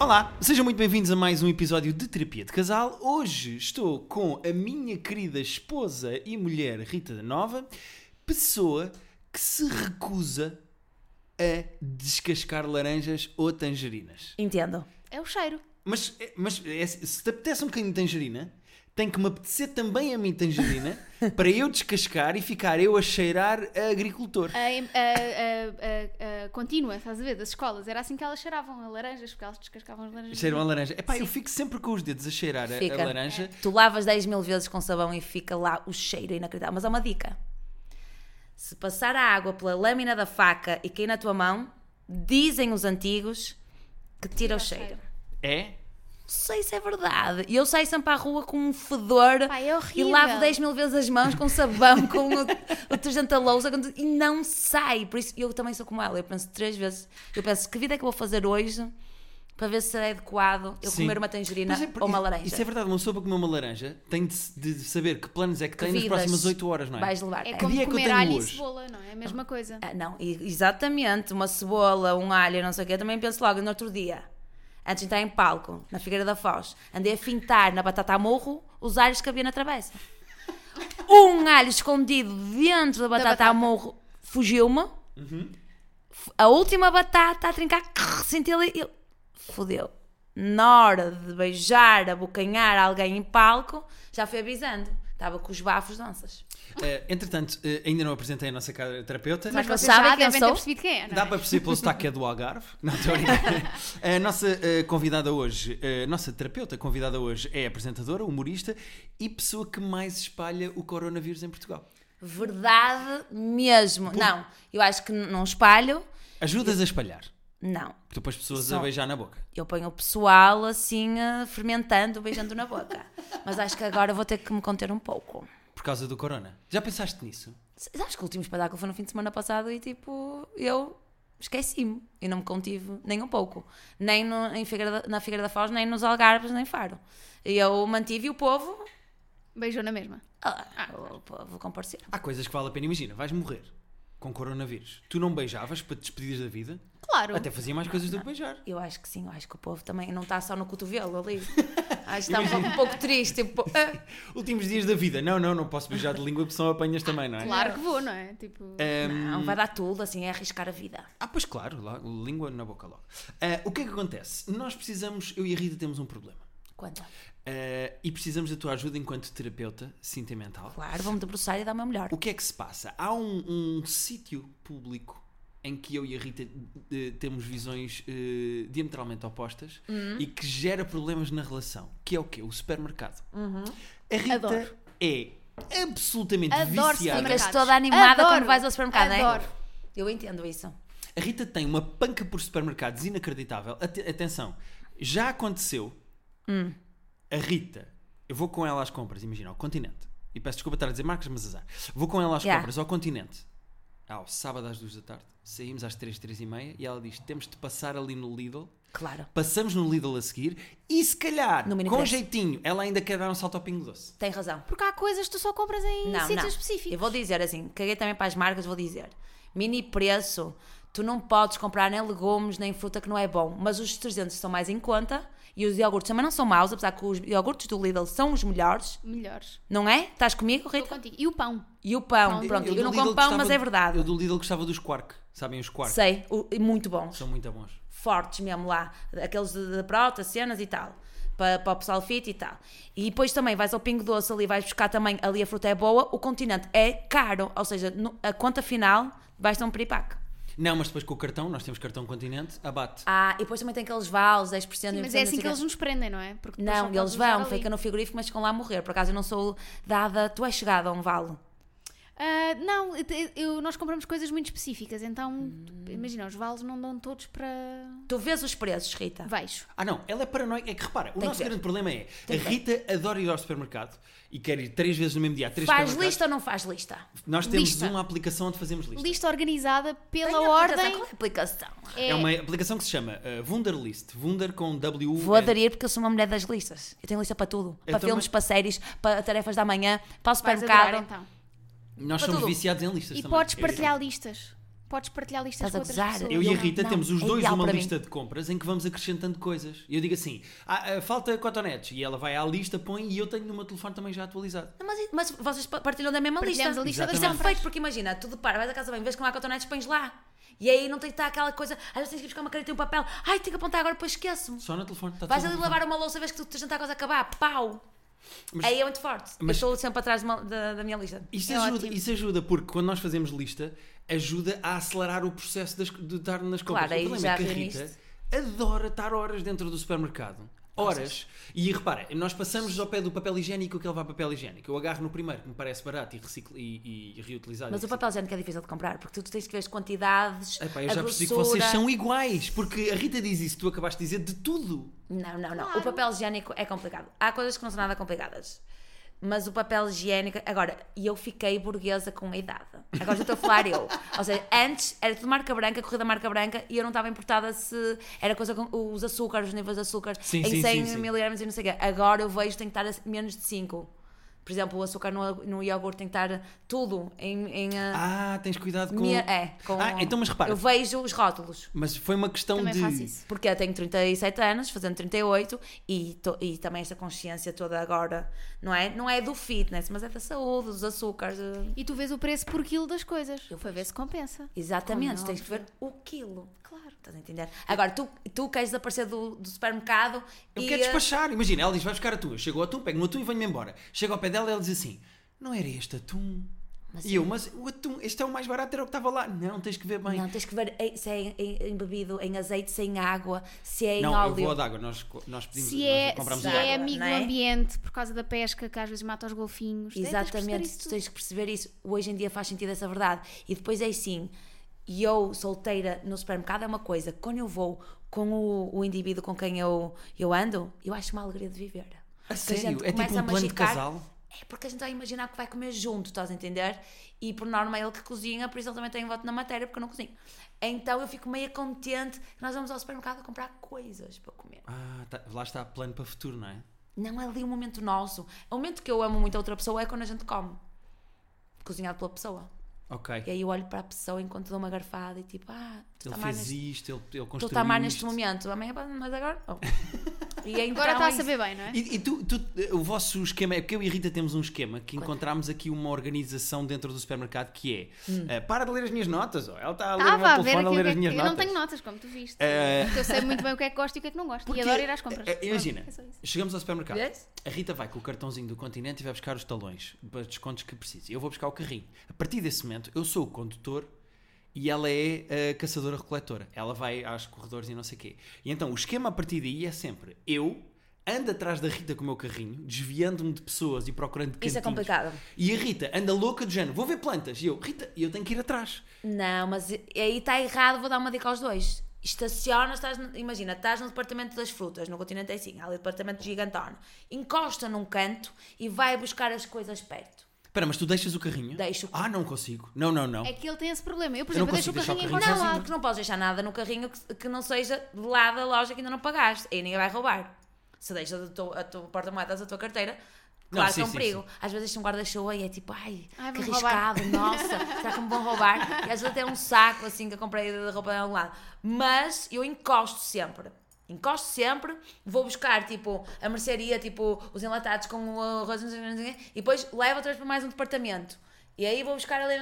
Olá, sejam muito bem-vindos a mais um episódio de Terapia de Casal. Hoje estou com a minha querida esposa e mulher Rita da Nova, pessoa que se recusa a descascar laranjas ou tangerinas. Entendo. É o cheiro. Mas, mas é- se te apetece um bocadinho de tangerina, tem que me apetecer também a mim tangerina para eu descascar e ficar eu a cheirar a agricultor. A, em- a- a- a- a contínua, estás a ver, das escolas. Era assim que elas cheiravam a laranjas, porque elas descascavam as laranjas. Cheiram a laranja. Epá, eu fico sempre com os dedos a cheirar a- a, Fica. laranja. Tu lavas 10 mil vezes com sabão e fica lá o cheiro inacreditável. Mas há uma dica: se passar a água pela lâmina da faca e cair na tua mão, dizem os antigos que tira o cheiro. É? Não sei se é verdade. E eu saio sempre para a rua com um fedor Pá, é e horrível. lavo 10 mil vezes as mãos com sabão, com o, o detergente da louça com tudo, e não sai. Por isso eu também sou como ela. Eu penso três vezes: eu penso, que vida é que eu vou fazer hoje? Para ver se é adequado eu Sim. comer uma tangerina Mas é por- ou uma isso- laranja. Isso é verdade, uma pessoa para comer uma laranja tem de, se- de saber que planos é que tem nas vidas próximas 8 horas, não é? Vais levar. É tem. como dia é que eu comer tenho alho hoje? e cebola, não é? A mesma coisa. Ah, não, e- exatamente. Uma cebola, um alho, não sei o quê. Eu também penso logo no outro dia. Antes de entrar em palco, na Figueira da Foz, andei a fintar na batata a morro os alhos que havia na travessa. Um alho escondido dentro da batata, a batata. morro fugiu-me. Uhum. F- A última batata a trincar, crrr, senti ali. Eu... Fodeu. Na hora de beijar, abocanhar alguém em palco, já fui avisando. Estava com os bafos de lanças. Eh, entretanto, eh, ainda não apresentei a nossa cara- terapeuta. Mas vocês vocês sabem já quem devem ter sou? percebido quem é, não é? Dá para perceber pelo sotaque que é do Algarve. Não, estou a brincar. A nossa eh, convidada hoje, a nossa terapeuta convidada hoje é apresentadora, humorista e pessoa que mais espalha o coronavírus em Portugal. Verdade mesmo. Não, eu acho que n- não espalho. Ajudas a espalhar, Não. porque depois pessoas a Só. beijar na boca. Eu ponho o pessoal assim, eh, fermentando, beijando na boca. Mas acho que agora vou ter que me conter um pouco. Por causa do corona. Já pensaste nisso? S- Sabes que o último espetáculo foi no fim de semana passado e tipo, eu esqueci-me. Eu não me contive nem um pouco. Nem no- em Figueira da- na Figueira da Foz, nem nos Algarves, nem Faro. E eu mantive e o povo. Beijou na mesma. Ah, o povo compareceu. Há coisas que vale a pena. Imagina, vais morrer com coronavírus. Tu não beijavas para te despedires da vida? Claro. Até fazia mais coisas do que beijar. Eu acho que sim, eu acho que o povo também não está só no cotovelo ali. Acho que está um pouco, um pouco triste. Tipo, ah. Últimos dias da vida. Não, não, não posso beijar de língua porque são apanhas também, não é? Claro que vou, não é? Tipo, Não, vai dar tudo, assim, é arriscar a vida. Ah, pois claro, lá, língua na boca logo. Ah, o que é que acontece? Nós precisamos, eu e a Rita temos um problema. Quanto? Ah, e precisamos da tua ajuda enquanto terapeuta sentimental. Claro, vou-me debruçar e dar o meu melhor. O que é que se passa? Há um, um sítio público em que eu e a Rita eh, temos visões eh, diametralmente opostas Uhum. e que gera problemas na relação, que é o quê? O supermercado. A Rita Uhum. Adoro. é absolutamente Adoro viciada. Ficas supermercados. toda animada Adoro. quando vais ao supermercado, Adoro. não é? Eu entendo isso. A Rita tem uma panca por supermercados inacreditável. Ate- atenção, já aconteceu Hum. a Rita, eu vou com ela às compras, imagina, ao continente. E peço desculpa estar a dizer marcas, mas azar. Vou com ela às Yeah. compras ao continente. Ao sábado às duas da tarde, saímos às três, três e meia e ela diz: temos de passar ali no Lidl. Claro. Passamos no Lidl a seguir e se calhar, No mini com preço. jeitinho, ela ainda quer dar um salto ao pingo doce. Tem razão. porque há coisas que tu só compras em Não, sítios não. específicos. Eu vou dizer assim, caguei também para as marcas, vou dizer. Mini preço, tu não podes comprar nem legumes, nem fruta que não é bom, mas os detergentes estão mais em conta e os iogurtes também não são maus, apesar que os iogurtes do Lidl são os melhores, Melhores. não é? Estás comigo, Estou Rita? contigo. E o pão. E o pão, pronto, eu, do não Lidl como pão, gostava- mas é verdade. Eu do Lidl gostava dos Quark, sabem os Quark? Sei, o- e muito bons. São muito bons. fortes mesmo lá, aqueles de, de prota, cenas e tal, para, para o pessoal fit e tal. E depois também vais ao Pingo Doce ali, vais buscar também, ali a fruta é boa, o continente é caro, ou seja, no- a conta final vais ter um peripaque. Não, mas depois com o cartão, nós temos cartão continente, abate. Ah, e depois também tem aqueles vales, 10%, Sim, 20%, mas é sei assim que quê. eles nos prendem, não é? Porque depois só Não, eles podes usar vão, ali. fica no frigorífico, mas ficam lá a morrer. Por acaso eu não sou dada, tu és chegada a um vale. Ah, não, eu- eu- nós compramos coisas muito específicas, então Hum. imagina, os vales não dão todos para Tu vês os preços, Rita. baixo. Ah não, ela é paranoica. É que repara, o que nosso ver. grande problema é a Rita adora ir ao supermercado e quer ir três vezes no mesmo dia. a Três Faz supermercados. lista ou não faz lista? Nós temos Lista. uma aplicação onde fazemos lista. Lista organizada pela é Tenho a aplicação, ordem. Qual é a aplicação? É, É uma aplicação que se chama eh, Wunderlist. Wunder com W. eh, Vou aderir porque eu sou uma mulher das listas. Eu tenho lista para tudo. para É. também. filmes, para séries, para tarefas da manhã, para o vais supermercado. adorar, então. Nós para somos tudo. viciados em listas E também. podes É. partilhar listas. Podes partilhar listas Estás com a outras gozar? pessoas. Eu e a Não, Rita não, temos os é dois ideal uma para mim. lista de compras em que vamos acrescentando coisas. Eu digo assim: "Ah, ah, falta cotonetes. E ela vai à lista, põe e eu tenho no meu telefone também já atualizado. Não, Mas, mas vocês pa- partilham da mesma lista. Partilhamos a lista das Isso é um compras. feito, porque imagina, tu deparas, vais a casa bem, vês que não há cotonetes, pões lá. E aí não tem que estar aquela coisa, às vezes tens que buscar uma caneta e um papel. Ai, tenho que apontar agora, depois esqueço-me. Só no telefone. Está Vais tudo ali no lavar uma louça, vês que tu tens tanta coisa a acabar. Pau! Mas- aí é muito forte. mas- Eu estou sempre atrás de uma- da, da minha lista. Isto É ajuda, ótimo. isso ajuda, porque quando nós fazemos lista, ajuda a acelerar o processo das- de estar nas compras. Claro, aí o problema já é que a reuniste. Rita adora estar horas dentro do supermercado. Horas. E repara, nós passamos ao pé do papel higiênico que ele vai papel higiênico. Eu agarro no primeiro, que me parece barato e, reciclo, e, e reutilizado. Mas e o papel higiênico é difícil de comprar, porque tu tens que ver as quantidades, Epá, eu a já percebi que grossura. vocês são iguais, porque a Rita diz isso, tu acabaste de dizer de tudo. Não, não, não. Claro. O papel higiênico é complicado. Há coisas que não são nada complicadas. Mas o papel higiênico. Agora, e eu fiquei burguesa com a idade. Agora já estou a falar eu. Ou seja, antes era tudo marca branca, corrida marca branca, e eu não estava importada se era coisa com os açúcares, os níveis de açúcar, Sim, em sim, 100 sim, sim. miligramas e não sei o quê. Agora eu vejo que tem que estar a menos de 5. Por exemplo, o açúcar no, no iogurte tem que estar tudo em. em ah, Ah, tens cuidado com. me- é, com. Ah, então mas repara, Eu vejo os rótulos. mas foi uma questão Também de. faço isso. Porque eu tenho 37 anos, fazendo 38, e, to- e também esta consciência toda agora, não é? Não é do fitness, mas é da saúde, dos açúcares. eh. E tu vês o preço por quilo das coisas. Eu para ver se compensa. Exatamente, Como tens que ver o quilo. Claro. Estás a entender? Agora, tu, tu queres desaparecer do, do supermercado Eu e. quero eh, despachar. Imagina, ela diz: vai buscar atum. Eu chego ao atum, pego no atum e venho-me embora. Chego ao pé dela e ela diz assim: não era este atum. Mas e eu, mas o atum, este é o mais barato, era o que estava lá. Não, tens que ver bem. Não, tens que ver eh, se é em- em- embebido em azeite, se é em água, se é em Não, eu óleo. vou ao de água. Nós, co- nós pedimos, Se é, nós um compramos se o de é água. amigo não é? do ambiente por causa da pesca que às vezes mata os golfinhos. Tens- tens que perceber Exatamente, isso tu tudo. tens que perceber isso. Hoje em dia faz sentido essa verdade. E depois é assim, e eu solteira no supermercado é uma coisa, quando eu vou com o, o indivíduo com quem eu, eu ando, eu acho uma alegria de viver. A Porque gente sério, é tipo começa a um plano de magicar- casal. É porque a gente vai imaginar que vai comer junto, estás a entender? E por norma é ele que cozinha, por isso ele também tem um voto na matéria, porque eu não cozinho. Então eu fico meio contente que nós vamos ao supermercado comprar coisas para comer. Ah, tá- lá está, plano para futuro, não é? Não é ali um momento nosso. O momento que eu amo muito a outra pessoa é quando a gente come. Cozinhado pela pessoa. Ok. E aí eu olho para a pessoa enquanto dou uma garfada e tipo, ah, tu Ele está mais fez neste, isto, ele, ele tu construiu. está mais neste isto. momento. Amanhã, pá, mas agora. não. E então Agora está é a saber bem, não é? E, e tu, tu- o vosso esquema, é porque eu e a Rita temos um esquema que encontramos aqui uma organização dentro do supermercado que é eh, para de ler as minhas notas, ó. ela está a ler o Estava Hum. a meu ver telefone a aquilo ler que é as que- minhas Eu notas. não tenho notas, como tu viste. Eh. Porque Eu sei muito bem o que é que gosto e o que é que não gosto. Porque, E adoro ir às compras. eh, eh, Pronto, Imagina, é só isso. chegamos ao supermercado. Yes? A Rita vai com o cartãozinho do continente e vai buscar os talões para os descontos que precisa. Eu vou buscar o carrinho. A partir desse momento, eu sou o condutor e ela é a caçadora-recoletora. Ela vai aos corredores e não sei o quê. E então o esquema a partir daí é sempre eu. Ando atrás da Rita com o meu carrinho, desviando-me de pessoas e procurando cantinhos. Isso é complicado. E a Rita anda louca do género, vou ver plantas. E eu, Rita, eu tenho que ir atrás. Não, mas aí está errado, vou dar uma dica aos dois. Estaciona, estás, no- imagina, estás no departamento das frutas, no continente é assim, há ali o departamento gigantone. Encosta num canto e vai buscar as coisas perto. Espera, mas tu deixas o carrinho? Deixo. Ah, não consigo. Não, não, não. É que ele tem esse problema. Eu, por Eu não exemplo, deixo o consigo deixar o carrinho enquanto carrinho Não, sozinho. lado. porque não podes deixar nada no carrinho que, que não seja de lá da loja que ainda não pagaste. Aí ninguém vai roubar. Se deixas a tua, a tua porta-moedas, a tua carteira, Não, claro sim, que é um sim, perigo. Às vezes deixa um guarda-chuva e é tipo, ai, Ai, que vão roubar. arriscado, nossa, será que me vão roubar? E às vezes até um saco assim que eu comprei de roupa de algum lado. Mas eu encosto sempre. Encosto sempre, vou buscar tipo a mercearia, tipo os enlatados com o arroz não sei o quê, não sei o quê, e depois levo outra vez para mais um departamento. E aí vou buscar ali,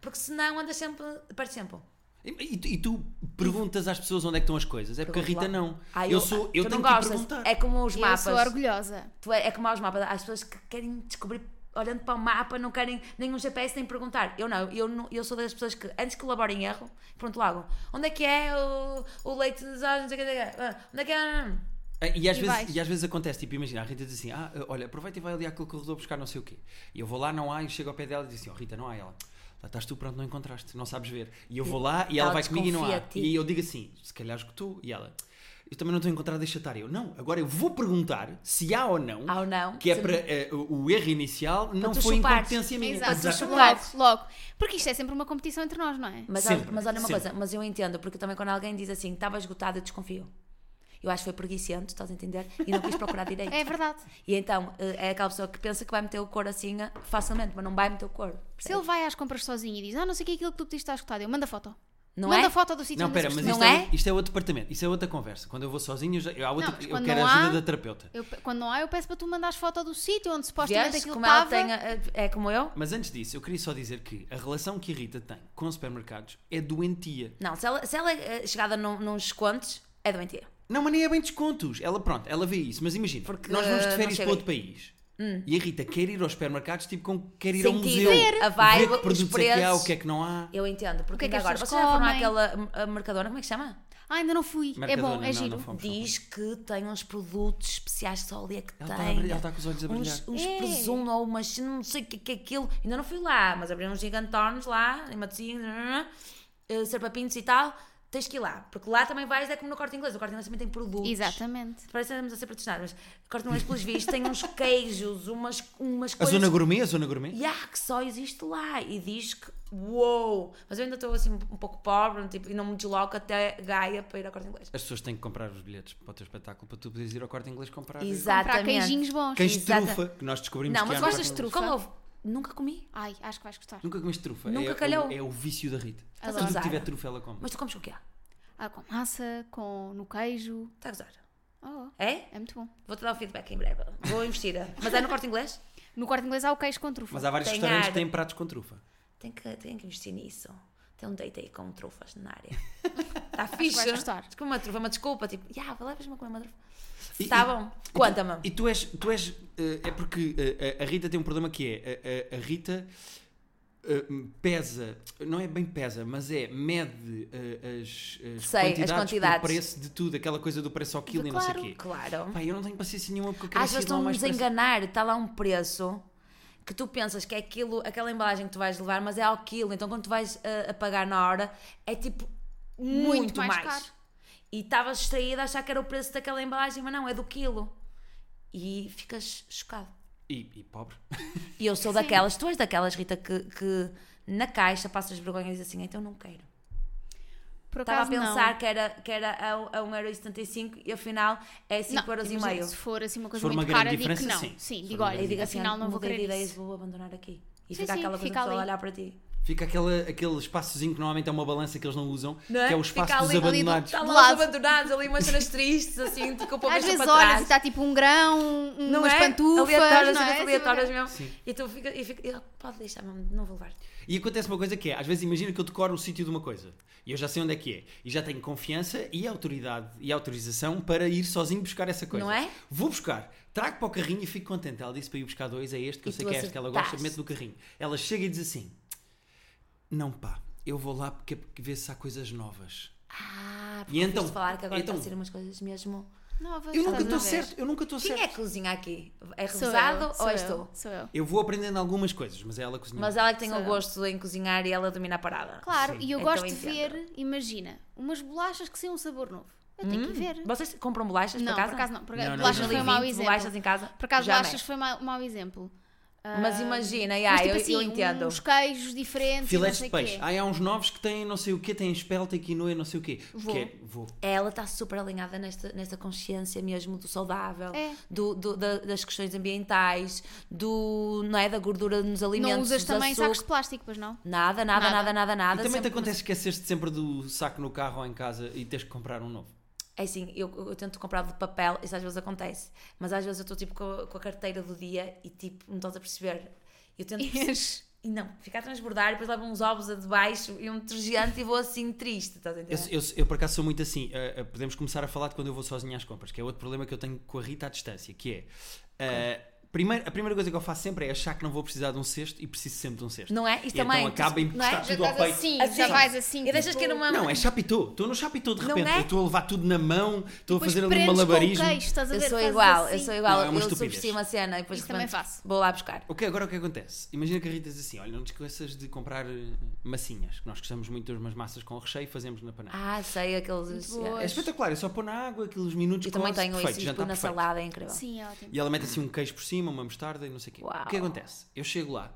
porque senão andas sempre, perdes tempo. E, e tu- e tu perguntas às pessoas onde é que estão as coisas? É porque a Rita Pergunto lá. não. Ah, eu, sou, eu tu tenho que não lhe gostas. perguntar. É como os Eu mapas. sou orgulhosa. Tu é, é como aos mapas. Há as pessoas que querem descobrir olhando para o mapa, não querem nem um GPS nem perguntar. Eu não, eu, não- eu sou das pessoas que antes que elaborem erro, pronto logo. Onde é que é o, o leite dos olhos? Não sei o que, não sei o que. Onde é que é? É, E às, E vezes, vais. e às vezes acontece, tipo, imagina, a Rita diz assim: ah, olha, aproveita e vai ali àquele corredor buscar não sei o quê. E eu vou lá, não há, e chego ao pé dela e diz assim: ó, Rita, não há. E ela, lá estás tu, pronto, não encontraste, não sabes ver. E eu vou lá e ela Ela vai comigo e não há. desconfia de ti. E eu digo assim: se calhar esgotou. E ela, eu também não estou a encontrar, deixa estar. E Eu, não, agora eu vou perguntar se há ou não. Há ou não. Que é Sim. para eh, o, o erro inicial não tu foi chupares. incompetência minha. Para Exato. tu Exatamente. Logo, chocares. logo. Porque isto é sempre uma competição entre nós, não é? Mas, Sempre, olha- mas olha uma sempre. coisa, mas eu entendo, porque também quando alguém diz assim, estava esgotado, eu desconfio. Eu acho que foi preguiçento, estás a entender? E não quis procurar direito. É verdade. E então eh, é aquela pessoa que pensa que vai meter o cor assim facilmente, mas não vai meter o cor. Se ele vai às compras sozinho e diz, ah, não sei o que é aquilo que tu pediste está escutado, eu mando a foto. Não Manda é? foto do sítio Não, onde pera, se mas Não percebeu. isto, é? é? isto é outro departamento. Isto é outra conversa. Quando eu vou sozinho, eu, já, eu, há outra- Não, mas eu quando quero não a ajuda há- da terapeuta. é? Eu pe- quando não há, eu peço para tu mandares foto do sítio onde supostamente Vês aquilo como estava. ela tem a- a- É como eu? Mas antes disso, eu queria só dizer que a relação que a Rita tem com supermercados é doentia. Não, se ela, se ela é chegada num, num descontos, é doentia. Não, mas nem é bem descontos. Ela, pronto, ela vê isso. Mas imagina, Porque, nós vamos eh, de não férias chega para Hum. outro país. E a Rita quer ir aos supermercados, tipo, como quer ir a um Sentir museu. a vibe, ver que os produtos é que há, preços. o que é que não há. Eu entendo. Porque O que é que ainda as agora, vocês pessoas já foram comem? àquela mercadona, como é que chama? Ah, ainda não fui. é bom, Mercadona, não, é giro. não fomos. Diz que tem uns produtos especiais só ali é que um Ela tá a tem. brilhar, ela tá com os olhos a brilhar. Uns, uns É. presunto ou umas, não sei o que, que é aquilo. Ainda não fui lá, mas abriram uns gigantornos lá, em Matosinhos, né, uh, serpapintos e tal. Tens que ir lá, porque lá também vais, é como no corte inglês. O corte inglês também tem produtos. Exatamente. Parece que estamos a ser patrocinados, mas corte inglês, pelos vistos, tem uns queijos, umas, umas A coisas. zona gourmet, a zona gourmet. E há que só existe lá. E diz que, uou! Mas eu ainda estou assim um pouco pobre tipo, e não me desloco até Gaia para ir ao corte inglês. As pessoas têm que comprar os bilhetes para o teu espetáculo para tu poderes ir ao corte inglês comprar. Comprar Exatamente. queijinhos bons. Queijo de Exata- trufa, que nós descobrimos Não, que mas há no gostas Corte de Inglês. trufa? Com ovo. Nunca comi. Ai, acho que vais gostar. Nunca comeste trufa. Nunca é, calhou. O, é o vício da Rita. Adoro. Tudo que Azar. tiver trufa ela come. Mas tu comes com o quê? Está Ah, com massa, com no queijo. a gozar. Oh, É? é muito bom. Vou-te dar o feedback em breve. Vou investir. Mas é no corte inglês? No quarto inglês há o queijo com trufa. Mas há vários Tem restaurantes ar. que têm pratos com trufa. Tenho que, tenho que investir nisso. Tem um date aí com trufas na área. Está fixe. vais gostar. Desculpa uma trufa, uma desculpa. Tipo, já, yeah, vou lá depois-me comer uma trufa. E- Está e- bom. Conta-me. E tu és. Tu és eh, é porque eh, a- a Rita tem um problema que é. A, a- a Rita eh, pesa. Não é bem pesa, mas é. Mede eh, as, as Sei, as quantidades, por quantidades. preço de tudo. Aquela coisa do preço ao quilo e não sei o Claro, quê. Claro. Pá, eu não tenho paciência nenhuma porque eu quero Às ir vezes lá o mais estão-nos a depressa. enganar, está lá um preço que tu pensas que é aquilo, aquela embalagem que tu vais levar, mas é ao quilo, então quando tu vais uh, a pagar na hora é tipo muito, mais, mais caro. E estavas distraída a achar que era o preço daquela embalagem, mas não, é do quilo. E ficas chocado. E, e pobre. E eu sou daquelas, tu és daquelas, Rita, que, que na caixa passas vergonha e diz assim, então não quero. Por Estava a acaso, pensar não. que era, que era a, a 1,75€ e afinal é Não, 5,5€. imagina, Se for assim uma coisa for uma muito grande cara, digo que diferença, não. sim. Se Sim, for digo, uma olha, grande E digo digo, assim, afinal não não é vou mudei de querer ideias, isso. vou abandonar aqui. E Sim, fica sim, aquela coisa fica pessoa ali. olhar para ti. Fica aquela, aquele espaçozinho que normalmente é uma balança que eles não usam, Não é? que é o espaço fica dos ali, ali, do- abandonados. Está Do Tá lá os lado. abandonados, ali umas cenas tristes, assim, de que o povo Às deixa vezes para trás. olhas e está tipo um grão, um, não umas é? pantufas. Aleatórias, não cenas é? aleatórias Sim, mesmo. Sim. E tu fica, e fica, eu, pode deixar, não não vou levar. E acontece uma coisa que é, às vezes imagina que eu decoro o sítio de uma coisa. E eu já sei onde é que é. E já tenho confiança e autoridade e autorização para ir sozinho buscar essa coisa. Não é? Vou buscar. Trago para o carrinho e fico contente. Ela disse para ir buscar dois, é este que E eu sei tu que é este que ela acertaste. gosta, mete no carrinho. Ela chega e diz assim: Não pá, eu vou lá porque é porque ver se há coisas novas. Ah, E porque então- então, falar que agora então- está a ser umas coisas mesmo. Novas, Eu nunca estás a estou ver? certo, eu nunca estou Quem certo. é que cozinha aqui? É Sou eu, rezado sou ou eu, és tu? Sou eu. Eu vou aprendendo algumas coisas, mas é ela cozinha. Mas ela é que tem Sou o eu. gosto em cozinhar e ela domina a parada. Claro, e eu Então gosto de entendo. ver, imagina, umas bolachas que têm um sabor novo. Eu tenho que ver. Vocês compram Hum? bolachas Não, para casa? por acaso não. Por Não, não, bolachas não. foi um mau 20 exemplo. bolachas em casa? Por acaso, Já não. bolachas foi mau, mau exemplo. Mas imagina, Mas, yeah, tipo eu, assim, eu entendo. uns queijos diferentes. e Filetes não sei de peixe. Quê. Ah, há uns novos que têm não sei o quê, têm espelta e quinoa e não sei o quê. Vou. Que é- vou. Ela está super alinhada nesta, nesta consciência mesmo do saudável, É. do, do- da- das questões ambientais, do, não é, da gordura nos alimentos. não dos usas também açúcares. sacos de plástico, pois não? Nada, nada, nada, Nada. nada, E nada. também te sempre- acontece esquecer-te sempre do saco no carro ou em casa e tens que comprar um novo. É assim, eu, eu tento comprar de papel, isso às vezes acontece, mas às vezes eu estou tipo com a, com a carteira do dia e tipo, não estás a perceber. Eu tento. Enche. E não, fica a transbordar, depois levo uns ovos a debaixo e um detergente e vou assim triste, estás a Eu, entender? eu- eu, por acaso sou muito assim. ah, ah, podemos começar a falar de quando eu vou sozinho às compras, que é outro problema que eu tenho com a Rita à distância, que é. ah, primeiro- a primeira coisa que eu faço sempre é achar que não vou precisar de um cesto e preciso sempre de um cesto. Não é? Isso e também, Então acaba em não é? encostar Já tudo ao estás peito. assim, Assim. já vais assim. E deixas tipo, que numa. Não, é chapitô. Estou no chapitô de Não repente. é? Eu Estou a levar tudo na mão, estou a depois fazer ali um prendes com o malabarismo. queijo, estás a Eu ver, sou fazes igual, eu assim. sou igual. Não, é uma eu estupidez. subestimo a cena e depois Isso de repente também faço. vou lá buscar. Ok, agora o que acontece? Imagina que a Rita diz assim: olha, não te esqueças de comprar eh, massinhas, que nós gostamos muito de umas massas com recheio e fazemos na panela. Ah, sei, aqueles. Muito boa. É espetacular, é só pôr na água aqueles minutos Eu também cose, tenho perfeito, isso, jantar tipo, na perfeito. salada, é incrível. Sim, é ótimo. E ela mete assim um queijo por cima, uma mostarda e não sei o quê. Uau. O que acontece? Eu chego lá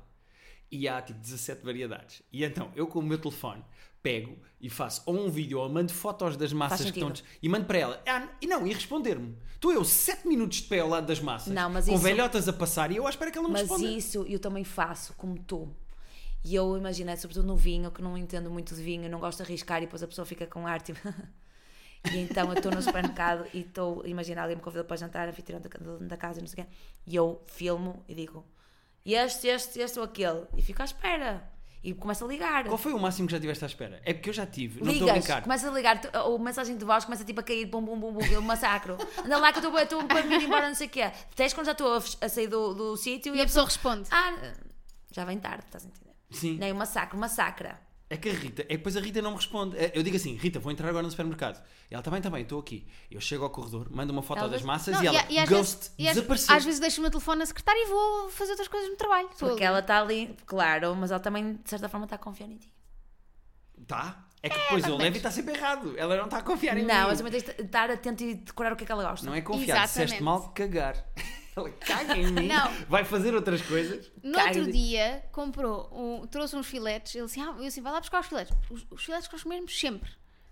e há tipo 17 variedades. E então eu com o meu telefone pego e faço ou um vídeo ou mando fotos das massas que sentido. estão e mando para ela. Ah, e não, e responder-me. Estou eu 7 minutos de pé ao lado das massas Não, mas com isso- velhotas a passar e eu à espera que ela me Mas responda. isso eu também faço, como tu. E eu imagino, é sobretudo no vinho, que não entendo muito de vinho, não gosto de arriscar e depois a pessoa fica com ar tipo. e então eu estou no supermercado e estou, imagina, alguém me convida para jantar, anfitrião da, da casa e não sei o quê, e eu filmo e digo este, este, este ou aquele, e fico à espera. E começo a ligar. Qual foi o máximo que já tiveste à espera? É porque eu já tive, não estou a Ligas, é brincar. começas a ligar, tu- ou mensagem de voz começa tipo a cair, bum, bum, bum, bum, eu massacro. Anda lá que eu estou para mim um ir embora, não sei o quê. Tens quando já estou a, fech- a sair do, do sítio E a pessoa responde. Ah, já vem tarde, estás a entender? Sim. Nem o massacro, massacra. É que a Rita, é que depois a Rita não me responde. É, Eu digo assim, Rita, vou entrar agora no supermercado. Ela "Tá também, também, estou aqui. Eu chego ao corredor, mando uma foto Ela- das massas Não, e ela, às ghost, vezes, e às- desapareceu. Às vezes deixo o meu telefone na secretária e vou fazer outras coisas no trabalho. Sou Porque eu. ela está ali, claro, mas ela também, de certa forma, está a confiar em ti. Tá? É que depois eu levo e está sempre errado. Ela não está a confiar em mim. Não, mas é também tens de estar atento e decorar o que é que ela gosta. Não é confiar. Se Disseste Exatamente. mal, cagar. Ela caga em mim, Não. vai fazer outras coisas. No Cara, outro eu- dia comprou, um- trouxe uns filetes. Ele assim, ah, eu assim, vai lá buscar os filetes. Os, os filetes que nós comemos sempre.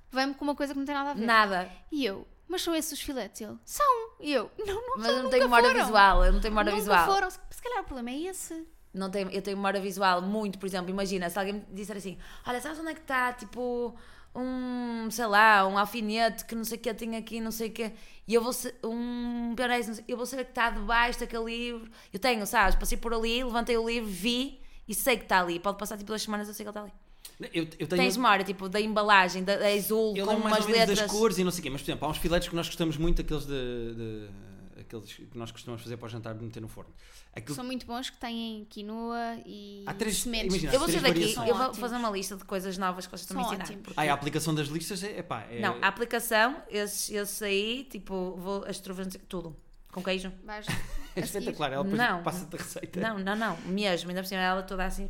Vem-me com uma coisa que não tem nada a ver. Nada. E eu, mas são esses os filetes? Ele, são. E eu, não, não Mas são, eu não nunca tenho memória foram. visual, eu não tenho memória Nunca visual. foram. Se calhar o problema é esse. Não tenho, eu tenho memória visual muito, por exemplo, imagina, se alguém me disser assim, olha, sabes onde é que está, tipo, um, sei lá, um alfinete que não sei o que eu tenho aqui, não sei o que, e eu vou ser, um pionês, não sei, eu vou saber que está debaixo daquele livro, eu tenho, sabes, passei por ali, levantei o livro, vi e sei que está ali, pode passar tipo duas semanas, eu sei que ele está ali. Eu, eu tenho. um Tens memória, tipo, da embalagem, da, da azul, eu com lembro mais umas ou menos letras. das cores e não sei o quê, mas por exemplo, há uns filetes que nós gostamos muito, aqueles de. de- aqueles que nós costumamos fazer para o jantar de meter no forno. Aquilo- São muito bons que têm quinoa e Há três- sementes. imagina, Eu vou As sair três daqui, variações. eu vou São fazer uma lista de coisas novas que vocês estão a São ensinar. ótimos. Ah, e a aplicação das listas é. Epá, é Não, a aplicação, esses, esses aí, tipo, vou, as truvas, não sei- tudo. Com queijo? Vais é a seguir. espetacular. Ela depois Não. passa-te a receita. Não, não, não, mesmo. Ainda por cima ela toda assim,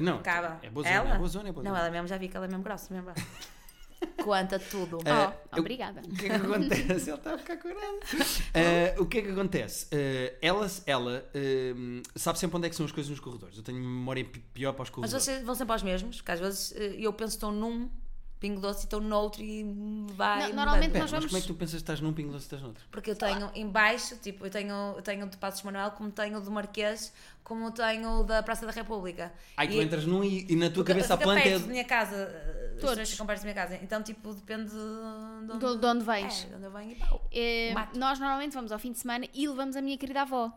Não, acaba. é boa zona, ela? é boa zona, é boa Não, zona. ela mesmo já vi que ela é mesmo grossa, mesmo. Conta tudo. Ah, Oh, eu- obrigada. O que é que acontece? Ela está a ficar curada. Ah, o que é que acontece? Ah, ela ela ah, sabe sempre onde é que são as coisas nos corredores. Eu tenho memória pi- pior para os Mas corredores. vocês vão sempre aos mesmos, porque às vezes eh, eu penso que estou num pingo doce e estou noutro e vai. Não, mudando. normalmente Espera, nós mas vamos- como é que tu pensas que estás num pingo doce e estás noutro? Porque eu tenho em baixo, tipo, eu tenho, eu tenho de Passos Manuel, como tenho do Marquês, como tenho da Praça da República. Ai, tu E- entras num e, e na tua cabeça a fica planta é. perto da minha casa, eh, as Todos. pessoas ficam perto da minha casa. Então, tipo, depende de onde, De- de onde vens. É, de onde eu venho e pau. Eh, Mato. nós normalmente vamos ao fim de semana e levamos a minha querida avó.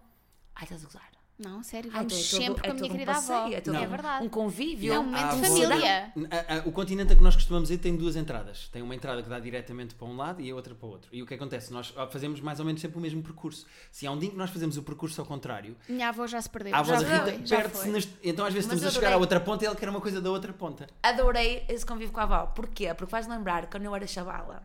Ai, estás a gozar. Não, sério, Ah, vamos então é todo- sempre com é a minha todo um querida avó. passeio, é todo é um- verdade. Um convívio. É um momento Ah, de vou- família. A- a- o continente a que nós costumamos ir tem duas entradas. Tem uma entrada que dá diretamente para um lado e a outra para o outro. E o que acontece? Nós ah, fazemos mais ou menos sempre o mesmo percurso. Se há um dia em que nós fazemos o percurso ao contrário, Minha avó já se perdeu. a já voz da foi, Rita já perde-se. foi. nas- Então às vezes Mas estamos eu a chegar à adorei. outra ponta e ele quer uma coisa da outra ponta. Adorei esse convívio com a avó. Porquê? Porque vais lembrar que quando eu era chavala,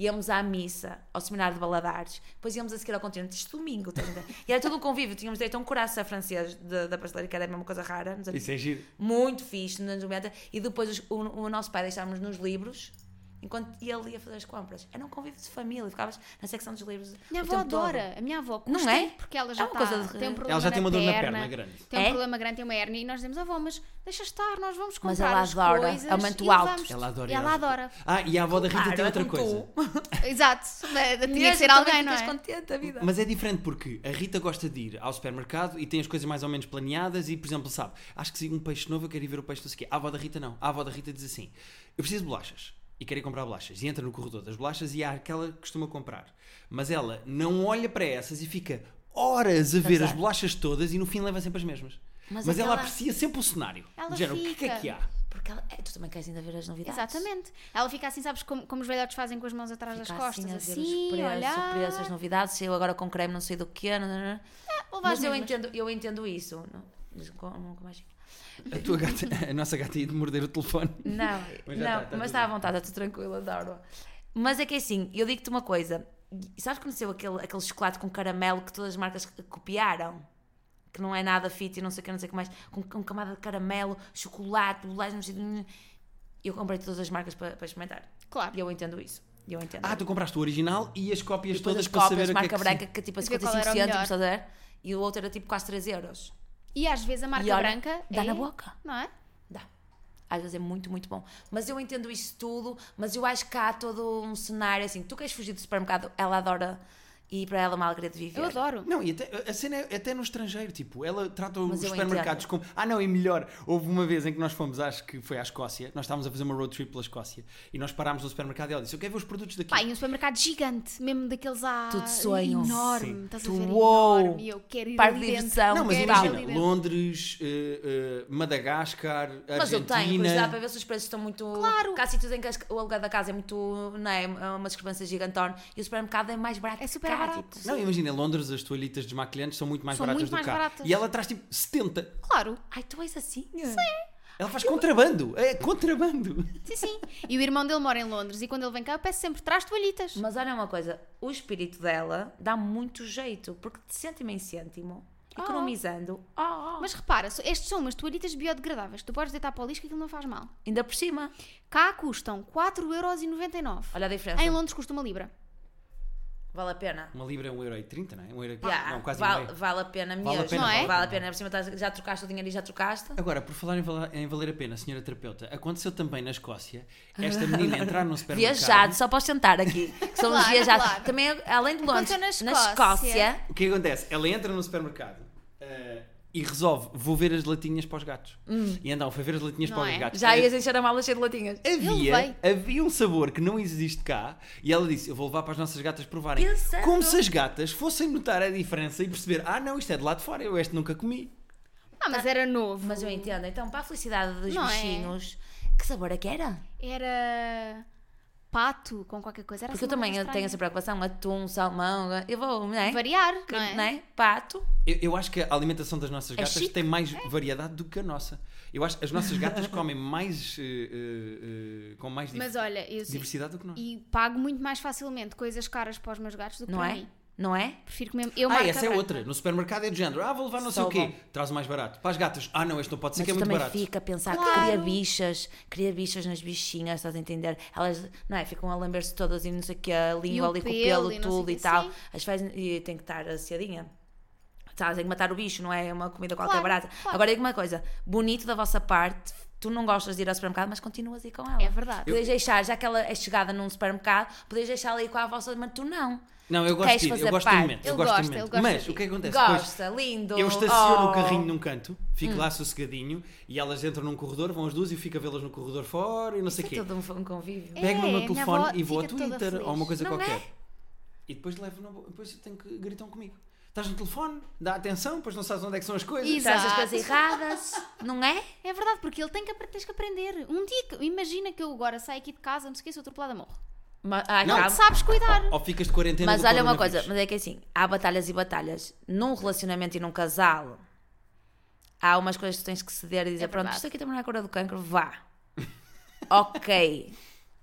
íamos à missa, ao seminário de Baladares, depois íamos a seguir ao continente, isto domingo, estás a ver? E era todo um convívio, tínhamos direito a um coraça francês de- da pastelaria, que era a mesma coisa rara. nos anos- Isso é giro. Muito fixe, nos anos 90. E depois os- o, o nosso pai deixávamos nos livros, enquanto ele ia fazer as compras. Era um convívio de família, ficavas na secção dos livros Minha o avó tempo todo. adora. A minha avó custa Não é? porque ela já É uma tá- coisa de- tem um problema Ela já tem uma dor na perna, perna grande. Tem um É? problema grande, tem uma hérnia e nós dizemos, avó, mas deixa estar, nós vamos comprar Mas ela as adora, coisas aumenta o e alto. levamos-te." Ela adora. Ela adora. Ah, e a avó da Rita Claro, tem é outra como coisa. tu. Exato. Mas Tinha que Mesmo, ser também alguém, não ficas é? contente da vida. Mas é diferente porque a Rita gosta de ir ao supermercado e tem as coisas mais ou menos planeadas e, por exemplo, sabe, acho que se um peixe novo eu quero ir ver o peixe, não sei o quê. A avó da Rita não. A avó da Rita diz assim, eu preciso de bolachas e quero ir comprar bolachas. E entra no corredor das bolachas e há aquela que costuma comprar. Mas ela não olha para essas e fica horas a ver Exato. as bolachas todas e no fim leva sempre as mesmas. Mas, Mas ela aquela- aprecia sempre o cenário. Ela Do género, o que é fica. que há? Porque ela, é, tu também queres ainda ver as novidades. Exatamente. Ela fica assim, sabes, como, como os velhotes fazem com as mãos atrás Fica das costas, assim, a ver assim, os preços, olhar. o preço, as novidades, saiu agora com creme não sei do que. Ou vai às Mas eu mesmas. entendo, eu entendo isso. Não, Mas com- nunca mais- A tua gata, a nossa gata ia de morder o telefone. Não, Mas já não, tá, tá tudo mas está à bem. vontade, estou tranquila, adoro. Mas é que é assim, eu digo-te uma coisa. E Sabes quando saiu aquele, aquele chocolate com caramelo que todas as marcas copiaram? Que não é nada fit e não sei o que, não sei o que mais. Com, com camada de caramelo, chocolate, bolacha, não sei o que. Eu comprei todas as marcas para, para experimentar. Claro. E eu entendo isso. E Eu entendo. Ah, tu compraste o original e as cópias Depois todas as para saber cópias, o que é que marca se- branca, que é tipo a Ver qual era 55 o cêntimos, melhor. estás a ver? E o outro era tipo quase 3 euros. E às vezes a marca E olha, branca dá é- na boca. Não é? Dá. Às vezes é muito, muito bom. Mas eu entendo isso tudo, mas eu acho que há todo um cenário assim. Tu queres fugir do supermercado, ela adora e para ela uma alegria de viver. Eu adoro. Não, e até, a cena é até no estrangeiro, tipo, ela trata os Mas eu supermercados como. Ah, não, e melhor, houve uma vez em que nós fomos, acho que foi à Escócia, nós estávamos a fazer uma road trip pela Escócia e nós parámos no supermercado e ela disse: Eu quero ver os produtos daqui. Pá, e um supermercado gigante, mesmo daqueles à... Tudo sonho. Enorme, Sim. estás a Tu- ver? Uou! Enorme. E eu quero ir Parque ali de dentro. diversão, não, mas quero ir imagina, ali dentro. Londres, eh, eh, Madagascar, Mas eu tenho curiosidade para Argentina. ver se os preços estão muito. Claro. Porque há sítios em que as- o aluguel da casa é muito. Não é? É uma discrepância gigantona e o supermercado é mais barato. É que super cá, barato. tipo. Não, imagina, em Londres as toalhitas desmaquilhantes são muito mais São baratas muito do que mais cá. baratas. E ela traz tipo 70. Claro, Ai, tu és assim? Ela faz contrabando. É contrabando. sim, sim. E o irmão dele mora em Londres e quando ele vem cá eu peço sempre, traz toalhitas. Mas olha uma coisa, o espírito dela dá muito jeito, porque de cêntimo em cêntimo, Ah. economizando, oh, oh, Mas repara, so- estes são umas toalhitas biodegradáveis. Tu podes deitar para o lixo que aquilo não faz mal. ainda por cima. Cá custam 4,99€. Olha a diferença. Em Londres custa uma libra. Vale a pena. Uma libra é 1,30€, não é? 1,40€. Ah, Yeah, Não, quase vale, meio. vale a pena mesmo. a pena, Não é? Vale a pena. Por cima estás- já trocaste o dinheiro e já trocaste. Agora, por falar em, vala- em valer a pena, senhora terapeuta, aconteceu também na Escócia esta menina entrar num supermercado. Viajado, só para sentar aqui. Que são os Claro, viajados. claro. Também, além de Londres, Aconteceu na na Escócia. Escócia, O que acontece? Ela entra num supermercado eh, e resolve, vou ver as latinhas para os gatos. E então, foi ver as latinhas Não para é? os gatos. Hum. já Eh, ias encher a mala cheia de latinhas. Havia, levei. havia um sabor que não existe cá e ela disse: Eu vou levar para as nossas gatas provarem. Pensando. Como se as gatas fossem notar a diferença e perceber: Ah, não, isto é de lá de fora, eu este nunca comi. Ah, mas era novo. Mas eu entendo. Então, para a felicidade dos Não é? bichinhos, que sabor é que era? Era pato com qualquer coisa. Era Porque eu assim uma também coisa tenho essa estranha. preocupação. Atum, salmão, eu vou, não é? Variar, não é? Não é? Pato. Eu, eu acho que a alimentação das nossas gatas É chique. tem mais variedade do que a nossa. Eu acho que as nossas gatas comem mais. eh, eh, eh, com mais dif- Mas olha, eu sei. diversidade do que nós. E pago muito mais facilmente coisas caras para os meus gatos do que Não para é? mim. Não é? Prefiro comer. Eu Ah, marco essa é a branca. outra. No supermercado é do género. Ah, vou levar não sei Só o quê. bom. Traz o mais barato. Para as gatas. Ah, não, este não pode ser Mas que é tu muito também barato. fica a pensar que Claro. cria bichas, cria bichas nas bichinhas, estás a entender? Elas, não é? Ficam a lamber-se todas e não sei o que, a língua o ali com o pelo pelo, e não sei o tudo quê, e tal. sim. As faz, e tem que estar aciadinha. Tá, tem que matar o bicho, não é uma comida qualquer Claro, barata. claro. Agora digo uma coisa: bonito da vossa parte, tu não gostas de ir ao supermercado, mas continuas aí com ela. É verdade. Podes deixar, já que ela é chegada num supermercado, podes deixá-la aí com a vossa, mas tu não. Não, eu Tu gosto queres de ir. Eu fazer gosto de parte. momento. Eu Ele gosto de gosta, ele momento. gosta Mas de o que é que acontece? Depois, Gosta, lindo. eu estaciono Oh. Hum. o carrinho num canto, fico lá sossegadinho e elas entram num corredor, vão as duas e eu fico a vê-las no corredor fora e não sei o Isso quê. é todo um, um convívio. É, Pego no a meu minha telefone avó e vou a fica toda Twitter feliz. ou uma coisa Não qualquer. é? E depois levo na boca, depois tenho que gritam comigo. Estás no telefone, dá atenção, depois não sabes onde é que são as coisas. Isso. Estás as Exato. coisas erradas, não é? É verdade, porque ele tem que, apre- tens que aprender. Um dia, que, imagina que eu agora saio aqui de casa, não sei o que, sou atropelada, morro. Ma- ah, ai, Não, calma. Sabes cuidar. Ou ficas de quarentena Mas do olha uma coisa, coronavírus. mas é que assim, há batalhas e batalhas. Num relacionamento e num casal, há umas coisas que tu tens que ceder e dizer: É pronto, verdade. isto aqui também não é cura do cancro, vá. ok.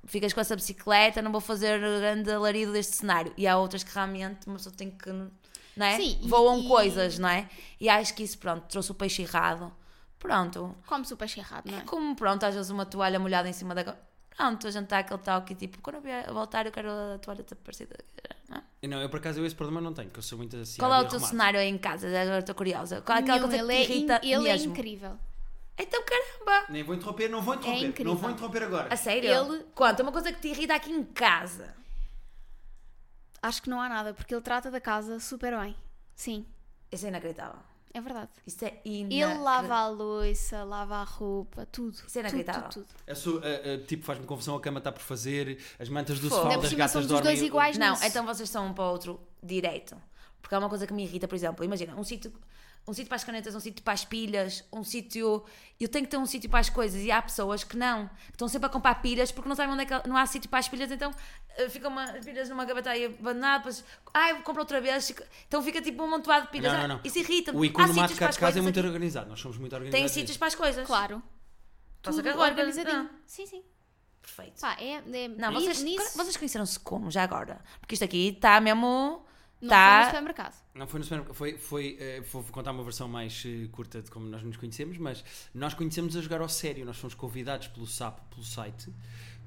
Ficas com essa bicicleta, não vou fazer grande alarido deste cenário. E há outras que realmente uma pessoa tem que. Não é? Sim, e- Voam e- coisas, não é? E acho que isso, pronto, trouxe o peixe errado. Pronto. Come-se o peixe errado, não é? Como pronto, às vezes uma toalha molhada em cima da. co- Pronto, a gente está aquele toque e tipo, quando eu vier- voltar eu quero a toalha desaparecida. Não? é? Não, eu por acaso eu esse problema não tenho, que eu sou muito assim. Qual é o hábil teu arrumado. cenário aí em casa? Agora estou curiosa. Qual é aquela Nenhum, coisa que ele, é, te irrita in- ele é mesmo? incrível. então caramba! Nem vou interromper, não É vou interromper. incrível. não vou interromper agora. A sério? Ele- Conta uma coisa que te irrita aqui em casa. Acho que não há nada, porque ele trata da casa super bem. Sim, Isso é inacreditável. é verdade. Isso é Ele inacreditável. lava a louça, lava a roupa, tudo. Isso é tudo, inacreditável. Tudo, tudo. A sua- a- a- tipo, faz-me confusão, a cama está por fazer, as mantas do Fogo. sofá, Ainda das por cima gatas somos os dormem. dois iguais. Faz Não, nisso. então vocês são um para o outro direito. Porque há uma coisa que me irrita, por exemplo, imagina, um sítio, um sítio para as canetas, um sítio para as pilhas, um sítio. Eu tenho que ter um sítio para as coisas e há pessoas que não, que estão sempre a comprar pilhas porque não sabem onde é que ela- não há sítio para as pilhas, então eh, ficam uma- as pilhas numa gaveta aí abandonada, depois, ai, compro outra vez, fica- então fica tipo um montoado de pilhas. Não, não, não. Isso irrita-me. O Há sítios economático para cá as de casa é coisas. muito aqui. organizado, nós somos muito organizados. Tem sítios para as coisas. Claro. Passa Tudo agora, organizadinho. não. Sim, sim. Perfeito. Pá, é, é- Ah. Não, ni- vocês, nisso, vocês conheceram-se como já agora? Porque isto aqui está mesmo. não foi no Está supermercado. Não foi no supermercado, foi, foi, eh, vou contar uma versão mais eh, curta de como nós nos conhecemos, mas nós conhecemos a jogar ao sério, nós fomos convidados pelo SAP, pelo site,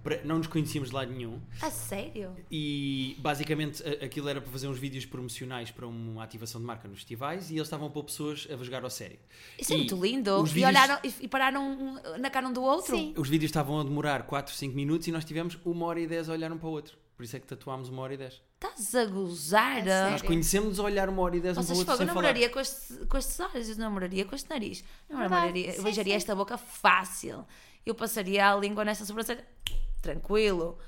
para- não nos conhecíamos de lado nenhum A sério? e basicamente a- aquilo era para fazer uns vídeos promocionais para uma ativação de marca nos festivais e eles estavam para pessoas a jogar ao sério. Isso é E muito lindo. Os E, vídeos, olharam, e, e pararam um na cara um do outro? Sim. os vídeos estavam a demorar 4, 5 minutos e nós tivemos uma hora e 10 a olhar um para o outro. Por isso é que tatuámos uma hora e dez. Estás a gozar? É sério? Nós conhecemos a olhar uma hora e dez um para o Ah, Vocês outro fogo, eu sem falar. namoraria com, este, com estes olhos, eu namoraria com este nariz. Eu Verdade, namoraria, sim, eu beijaria sim. esta boca fácil. Eu passaria a língua nesta sobrancelha. Tranquilo.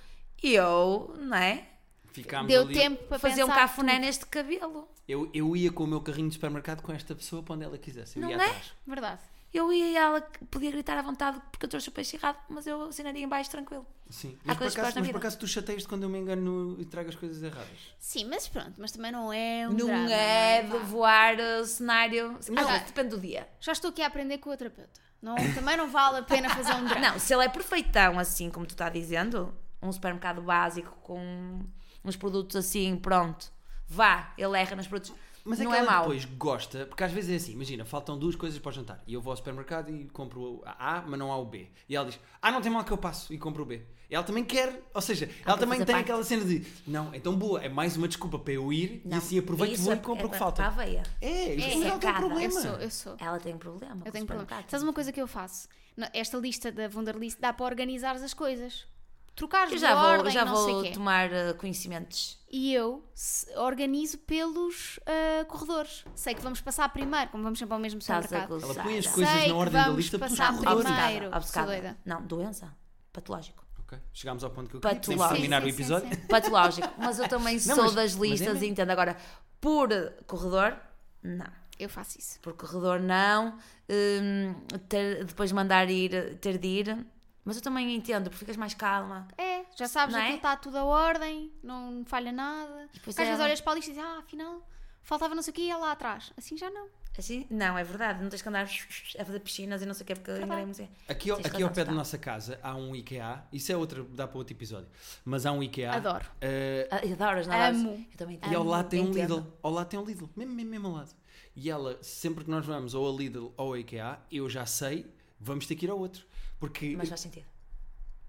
E eu, não é? Ficámos Deu ali. tempo para Fazer um pensar cafuné neste cabelo. Eu, eu ia com o meu carrinho de supermercado com esta pessoa para onde ela quisesse. Eu Não ia é? atrás. tudo. Verdade. Eu ia e ela podia gritar à vontade porque eu trouxe o peixe errado, mas eu assinaria em baixo tranquilo. Sim. Mas, por coisas acaso, que gosto na mas por vida. acaso tu chateias quando eu me engano e trago as coisas erradas. Sim, mas pronto, mas também não é um não drama, é de Vá. voar uh, cenário. Às Não. vezes depende do dia. Já estou aqui a aprender com o terapeuta. Não, também não vale a pena fazer um drama. Não, se ele é perfeitão, assim como tu está dizendo, um supermercado básico com uns produtos assim, pronto, vá, ele erra nos produtos. Mas não que é ela mau. depois gosta, porque às vezes é assim, imagina, faltam duas coisas para o jantar. E eu vou ao supermercado e compro a A, mas não há o B. E ela diz, ah, não tem mal que eu passo, e compro o B. E ela também quer, ou seja, ela quer também fazer tem parte. aquela cena de, não, é tão boa, é mais uma desculpa para eu ir, e assim aproveito isso vou e é- compro é o que para a falta. veia. É, É, isso é, é um não tem cada- Eu problema. sou, eu sou. Ela tem problema. Eu tenho problema. Sabes uma coisa que eu faço? No- Esta lista da Wunderlist dá para organizar as coisas. Trocares Eu de já vou, ordem, já não vou sei o quê. tomar uh, conhecimentos. E eu se- organizo pelos ah, corredores. Sei que vamos passar primeiro, como vamos sempre ao mesmo Estás a supermercado. gozar. Ela põe as Sei coisas que na ordem da vamos lista pelos passar corredores. Obcecada, primeiro. Sou obcecada. doida. Não, doença. Patológico. Ok, chegámos ao ponto que eu queria, podemos Patológico. terminar Sim, o sim, sim, episódio. sim. Patológico. mas eu também Não, sou mas- das mas é listas e mesmo. entendo. Agora, por corredor, não. Eu faço isso. por corredor não, hum, ter- depois mandar ir, ter de ir. Mas eu também entendo, porque ficas mais calma. É, já sabes, Não é? aquilo está tudo a ordem, não falha nada. depois é um Às vezes ela- olhas para a lista e dizes, ah, afinal, faltava não sei o quê e é lá atrás. Assim já não. Assim, não, é verdade, não tens que andar a fazer piscinas e não sei o que, porque é enganei muito. Aqui, ao- Tens aqui ao razão, pé da tá. nossa casa há um IKEA, isso é outro, dá para outro episódio, mas há um IKEA. Adoro. eh, Ah, Adoras, não adoras? Amo. Eu também E ao amo, lado tem um entendo. Lidl. Ao lado tem um Lidl. Mesmo, mesmo, mesmo ao lado. E ela, sempre que nós vamos ou a Lidl ou a IKEA, eu já sei, vamos ter que ir ao outro. Porque. Mas faz sentido.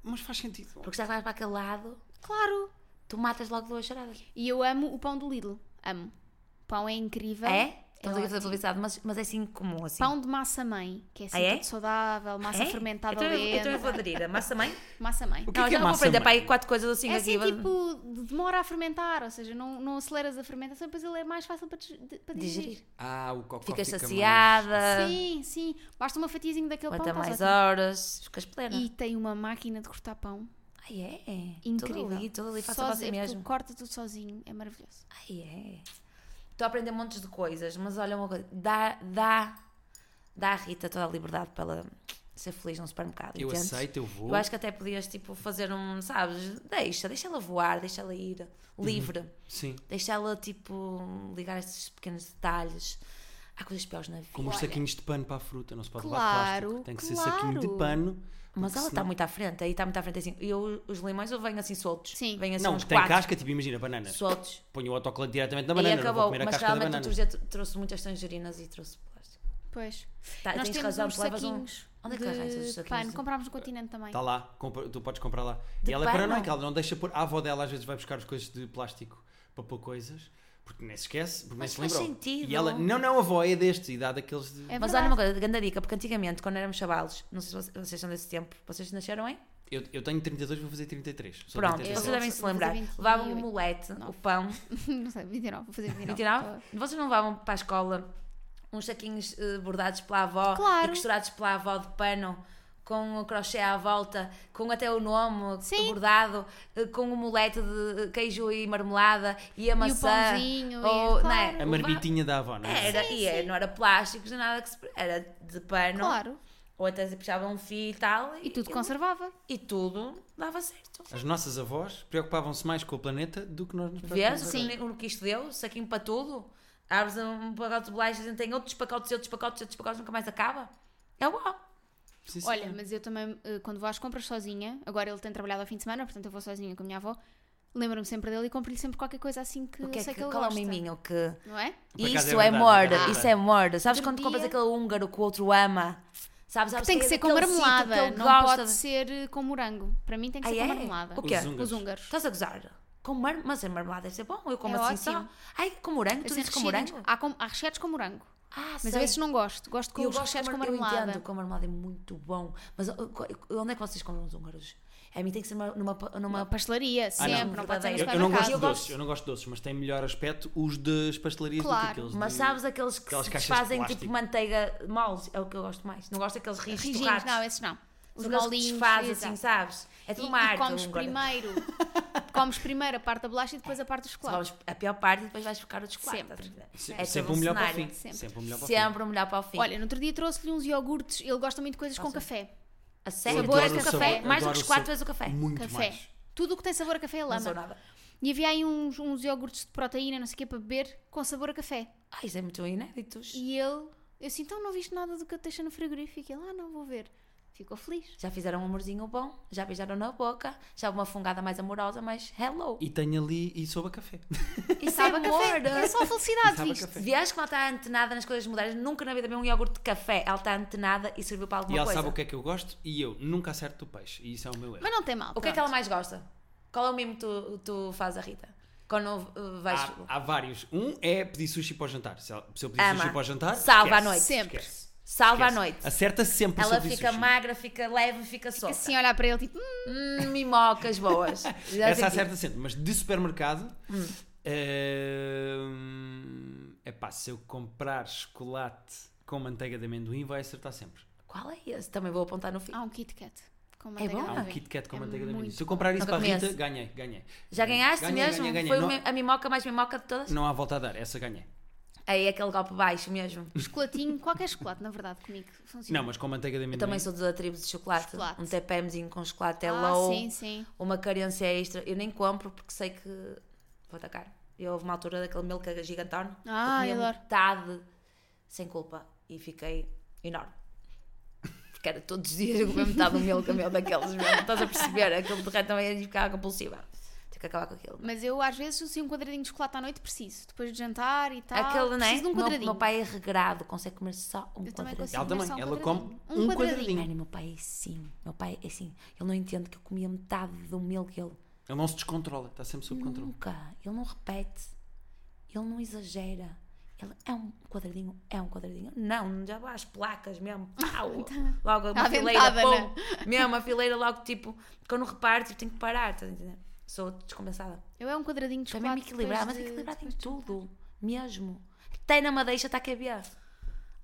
mas faz sentido. Porque já que vais para aquele lado, Claro. tu matas logo duas charadas. E eu amo o pão do Lidl. Amo. O pão é incrível. É? Estamos aqui a ótimo. fazer publicidade, mas, mas é assim comum, assim. Pão de massa mãe, que é assim Ah, é? tudo saudável, massa é? fermentada então, eu- então eu lenta. vou aderir. A massa mãe? Massa mãe. O que não, é que já é não vou massa aprender mãe? para aí quatro coisas assim É assim, aqui. tipo, de- demora a fermentar, ou seja, não, não aceleras a fermentação, depois ele é mais fácil para, dis- de- para digerir. Digerir. Ah, o cocó Ficas fica saciada, Sim, sim. Basta uma fatiazinha daquele aguenta pão. estás Ah. mais ótimo. horas, ficas plena. E tem uma máquina de cortar pão Ai é? incrível. Tudo ali, tudo ali, faça Sozi- você é porque mesmo. Corta tudo sozinho, é maravilhoso. Ai é? Estou a aprender montes de coisas, mas olha uma coisa, dá, dá, dá à Rita toda a liberdade para ela ser feliz num supermercado, Eu entendes? aceito, eu vou. Eu acho que até podias, tipo, fazer um, sabes, deixa, deixa ela voar, deixa ela ir, livre. Sim. Deixa ela, tipo, ligar esses pequenos detalhes. Há coisas piores na vida. Como os saquinhos de pano para a fruta, não se pode levar Claro, plástico. Tem que ser claro. saquinho de pano. Mas porque ela está senão- muito à frente, aí está muito à frente, assim, eu, os limões eu venho assim soltos. Sim. Venho assim Não, uns tem quatro, casca, tipo, imagina, banana. soltos. Ponho o autocolante diretamente na banana, e não vou acabou, comer a mas casca da realmente banana. outro dia t- trouxe muitas tangerinas e trouxe plástico. Pois. Tá, Nós tens temos razão, uns tu levas um- saquinhos. Onde é que arranjas os de saquinhos Tá Pano. de- Comprámos no continente também. Está Tá lá, compra- tu podes comprar lá. De e ela é pano? paranoica, ela não deixa pôr. A avó dela às vezes vai buscar as coisas de plástico para pôr coisas, porque nem se esquece, porque nem Mas se faz lembrou. sentido. E ela, não, não, avó, é deste, e dá daqueles de. mas É verdade. olha uma coisa, grande dica, porque antigamente, quando éramos chavalos, não sei se vocês, vocês são desse tempo, vocês nasceram, hein? Eu, eu tenho 32, vou fazer 33. Sou Pronto, 33. vocês devem Eu se vou fazer lembrar. 28. Levavam o molete, o Nove. pão, Não sei, 29, vou fazer 29. 29. Vocês não levavam para a escola uns saquinhos eh, bordados pela avó Claro. e costurados pela avó de pano? Com o crochê à volta, com até o nome Sim. bordado, eh, com o molete de queijo e marmelada e a E o maçã. pãozinho, e- ou, não é? claro. A Leva- marmitinha da avó, não é? Era, e era- não era plásticos, nem nada que se. Era de pano. Claro. Ou até se puxava um fio e tal. E tudo conservava. E tudo dava certo. As nossas avós preocupavam-se mais com o planeta do que nós nos Vês preocupávamos. o que- o que isto deu? Saquinho para tudo. Abres um pacote de bolachas e tem outros pacotes, outros pacotes, outros pacotes, nunca mais acaba. É bom. Sim, sim. Olha, mas eu também, eh, quando vou às compras sozinha, agora ele tem trabalhado ao fim de semana, portanto eu vou sozinha com a minha avó, lembro-me sempre dele e compro-lhe sempre qualquer coisa assim que, O que eu é sei que, que, ele qual é o gosta. miminho que. Não é? Por acaso isso é é, verdade, morde, é verdade. isso é morde. Sabes Outro quando compras dia- aquele húngaro que o outro ama? Sabes, sabes Tem que é ser com daquele sítio marmelada, que ele não gosta pode de- ser eh, com morango. Para mim tem que Ah, ser é? com marmelada. O quê? Então, Os húngaros. Os húngaros. Estás a gozar? Com mar... Mas a marmelada deve ser bom. Eu como É assim só. ótimo. Ai, com morango? Tu Assim, dizes com recheadinhos. morango? Há, com, há recheados com morango. Ah, Mas sei. eu esses não gosto. Gosto com eu os gosto recheados com mar- eu marmelada. entendo, com marmelada é muito bom. Mas uh, co- onde é que vocês comem os húngaros? É, A mim tem que ser numa, numa, pa- numa Uma pastelaria, sempre. não. pode ser no Ah, Eu, Verdadeiro. eu não gosto de Eu supermercado. doces, gosto- eu não gosto de doces, mas tem melhor aspecto os das pastelarias do que Claro, aqueles. Mas de- sabes aqueles que Aquelas se caixas de desfazem tipo plástico. manteiga moles? É o que eu gosto mais. Não gosto daqueles rijos Rijinhos, torrados. não, esses não. Os Os molinhos. molinhos. desfazem exato. assim, sabes? É E, tudo uma e arte. comes húngara. primeiro. comes primeiro a parte da bolacha e depois a parte do Tu chocolate. comes a pior parte e depois vais buscar o chocolate. Sempre. estás a entender? Se- É sempre todo o um melhor para o cenário. fim. Sempre. Sempre o melhor para o fim. Sempre o melhor para o fim. Olha, no outro dia trouxe-lhe uns iogurtes. Ele gosta muito de coisas Ah, com café. a sério, sabor tu és do do café. café. Mais do adoro que o chocolate, tu sabor. és do café. Muito café. mais. Tudo o que tem sabor a café é Não sou lama. nada. E havia aí uns, uns iogurtes de proteína, não sei o que, para beber, com sabor a café. Ah, isso é muito inédito. E ele, eu assim, então não viste nada do que eu te deixei no frigorífico. Ele, ah, não vou ver. Ficou feliz. Já fizeram um amorzinho bom, já beijaram na boca, já uma fungada mais amorosa, mas hello. E tenho ali e soube a café. Isso é Sabe a amor. café. É só felicidade, Sabe a viste? café. Se Vieste que ela está antenada nas coisas modernas, nunca na vida bebeu um iogurte de café. Ela está antenada e serviu para e alguma ela coisa. sabe o que é que eu gosto e eu nunca acerto o peixe. E isso é o meu erro. Mas não tem mal. O que é que pronto. ela mais gosta? Qual é o mimo que tu, tu fazes a Rita? Quando uh, vais. Há, há vários. Um é pedir sushi para o jantar. Se, ela- se eu pedir Ama. sushi para o jantar, Salva à esquece, noite. Sempre. esquece, Salva à esquece. Assim noite. Acerta sempre se Ela eu pedir fica sushi. magra, fica leve, fica solta. Assim, olhar para ele, tipo, hum, Hum, mimocas boas. Já Essa senti. acerta sempre, mas de supermercado. Hum. É pá, se eu comprar chocolate com manteiga de amendoim, vai acertar sempre. Qual é esse? Também vou apontar no fim. há um Kit Kat. Com manteiga bom? de Há um amendoim. Kit Kat com É manteiga de amendoim. muito Se eu comprar isso Nunca para a Rita, conheço. ganhei, ganhei. Já Ganhei, ganhaste ganhei, mesmo? ganhei, ganhei. Foi o Não- mi- a mimoca mais mimoca de todas? Não há volta a dar, essa ganhei. Aí é aquele golpe baixo mesmo. Chocolatinho, qualquer chocolate, na verdade, comigo funciona. Não, mas com manteiga de Eu amendoim. também sou da tribo de chocolate. Chocolate. Um TPMzinho com chocolate é ah, low. sim, sim. Uma carência extra. Eu nem compro porque sei que vou atacar. Eu houve uma altura daquele milk gigantão. Ah, eu eu comia adoro. metade sem culpa. E fiquei enorme. Porque era todos os dias eu comia metade do milk meu daqueles mesmo. Estás a perceber? Aquele derrete também e ficava compulsiva. Tenho que acabar com aquilo. Mas eu, às vezes, assim, um quadradinho de chocolate à noite preciso. Depois de jantar e tal. Aquele, né? Preciso de um O meu, quadradinho. meu pai é regrado, consegue comer só um Eu também quadradinho. consigo. Ela também, Mas só um ela come quadradinho. um, Um quadradinho. quadradinho. Mano, meu pai é assim. Meu pai é assim. Ele não entende que eu comia metade do milk. Ele Ele não se descontrola, está sempre Hum. sob controle. nunca. Ele não repete. Ele não exagera. Ele é um quadradinho, é um quadradinho. Não, já vai às placas mesmo. Pau! Logo uma À fileira, dentada, pum! Mesmo uma fileira, logo tipo, quando reparo, tipo, tenho que parar, estás a entender? Sou descompensada. Eu é um quadradinho de Também chocolate. me equilibrar, mas depois de- equilibrar em tudo. Mesmo. Até na madeixa está a caber.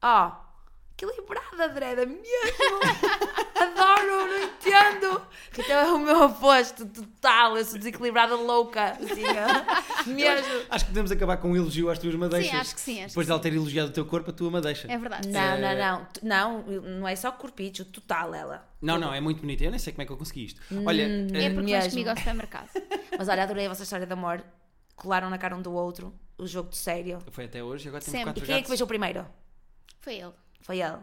Ó, equilibrada, Dreda, mesmo. Adoro, não entendo. Rita é o meu oposto total. Eu sou desequilibrada louca. Assim, ó. mesmo. Acho que podemos acabar com um elogio às tuas madeixas. Sim, acho que sim. Acho Depois de ela ter elogiado o teu corpo, a tua madeixa. É verdade. Não, não, não. Tu- Não, não é só corpicho, total ela. Não, não, é muito bonito. Eu nem sei como é que eu consegui isto. Olha, É eh, porque Mesmo. vais comigo ao supermercado. Mas olha, adorei a vossa história de amor. Colaram na cara um do outro. O jogo de sério. foi até hoje, agora temos Sempre. quatro E quem é que gatos. beijou primeiro? Foi ele. Foi ele.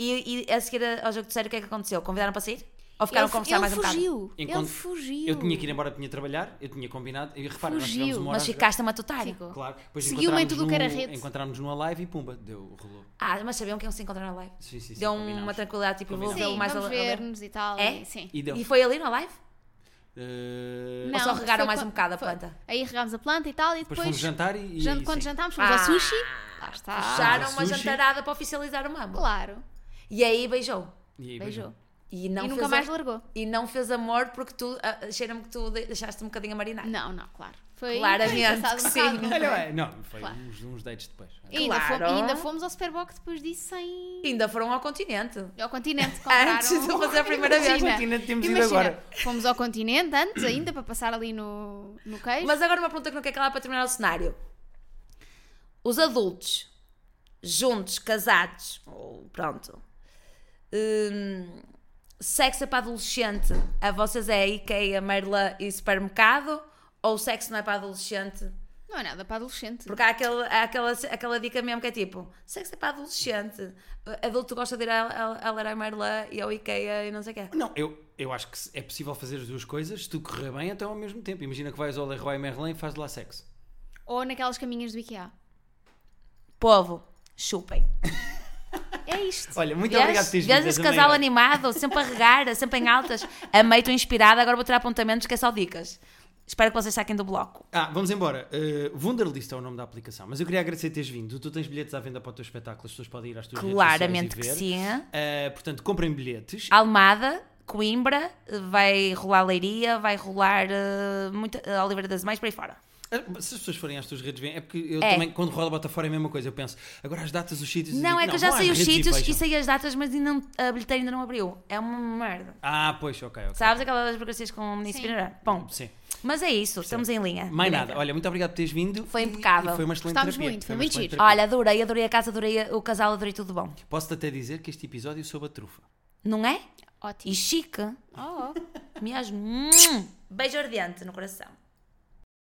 E, e a seguir ao jogo de sério, o que é que aconteceu? Convidaram para sair? Ou ficaram ele, a conversar ele mais um bocado? fugiu. Enquanto- Ele fugiu. Eu tinha que ir embora, tinha de trabalhar, eu tinha combinado. E repara, nós Fugiu, tivemos uma hora. Mas a jogar. ficaste a matutar? Ficou. Claro, depois Seguiu-me em encontramos tudo o que era no- rede. Encontramos numa live e pumba, deu, rolou. Ah, mas sabiam que iam se encontrar na live. Sim, sim, sim. Deu combinámos. uma tranquilidade, tipo, vou Combinamos. vê-lo Sim, mais a- vamos a ver. ver-nos e tal. É? e sim. E deu. E foi ali na live? Eh, Ou Não, só regaram foi mais um quando- bocado a foi- planta? Aí regámos a planta e tal e Depois depois... fomos jantar e. jan- e- Quando sim. jantámos Ah. fomos ao sushi. Lá está. Puxaram ao uma Ah, sushi. jantarada para oficializar o mambo. Claro. E aí beijou. E aí, Beijou. E, não e nunca fez mais a- largou. E não fez amor porque tu, ah, cheira-me que tu de- deixaste um bocadinho a marinar. Não, não, claro. Foi Claramente passado que um sim. bocado, não foi? Olha, bem, não, foi Claro. uns, uns dates depois. E ainda, Claro. fomos, e ainda fomos ao Superbox depois disso sem... Ainda foram ao continente. Ao continente, compraram... Antes de fazer a primeira vez. Imagina, continente temos ido imagina, agora. Fomos ao continente antes ainda para passar ali no, no queijo. Mas agora uma pergunta que não quer calar para terminar o cenário. Os adultos, juntos, casados, ou pronto, hum, sexo é para adolescente, a vocês é IKEA, Merla e supermercado? Ou sexo não é para adolescente? Não é nada para adolescente. Porque há, aquele, há aquela, aquela dica mesmo que é tipo: sexo é para adolescente, adulto gosta de ir à- à à Leroy Merla e ao IKEA e não sei o quê. Não, eu, eu acho que se- é possível fazer as duas coisas se tu correr bem até ao mesmo tempo. Imagina que vais ao Leroy Merlin e fazes lá sexo. Ou naquelas caminhas do IKEA. Povo, chupem. É isto. Olha, muito Vês? obrigado por teres Vês vindo, este és uma casal herói. animado, sempre a regar, sempre em altas. Amei, estou inspirada, agora vou tirar apontamentos que é só dicas. Espero que vocês saquem do bloco. Ah, vamos embora. Uh, Wunderlist é o nome da aplicação, mas eu queria agradecer teres vindo. Tu tens bilhetes à venda para o teu espetáculo, as pessoas podem ir às tuas redes Claramente que sociais e ver. sim. Ah. Uh, portanto, comprem bilhetes. Almada, Coimbra, vai rolar Leiria, vai rolar eh, muita, eh, Oliveira das Mães, por aí fora. Ah, Se as pessoas forem às tuas redes, vêm. É porque eu É. também, quando rola bota fora, é a mesma coisa. Eu penso, agora as datas, os sítios. Não, digo, é que eu já vão às sei os redes e sítios vejam. e sei as datas, mas ainda não, a bilheteira ainda não abriu. É uma merda. Ah, pois, ok, ok. Sabes aquelas burocracias com o município? Sim. não é? Bom, Sim. mas é isso, estamos em linha. Mais Direita. nada. Olha, muito obrigado por teres vindo. Foi e- impecável. e foi uma excelente Gostámos terapia. muito, foi uma muito excelente giro. terapia. Olha, adorei, adorei a casa, adorei o casal, adorei tudo de bom. Posso-te até dizer que este episódio soube a trufa. Não é? E Ótimo. chique. Oh, oh. Mesmo. Beijo ardente no coração.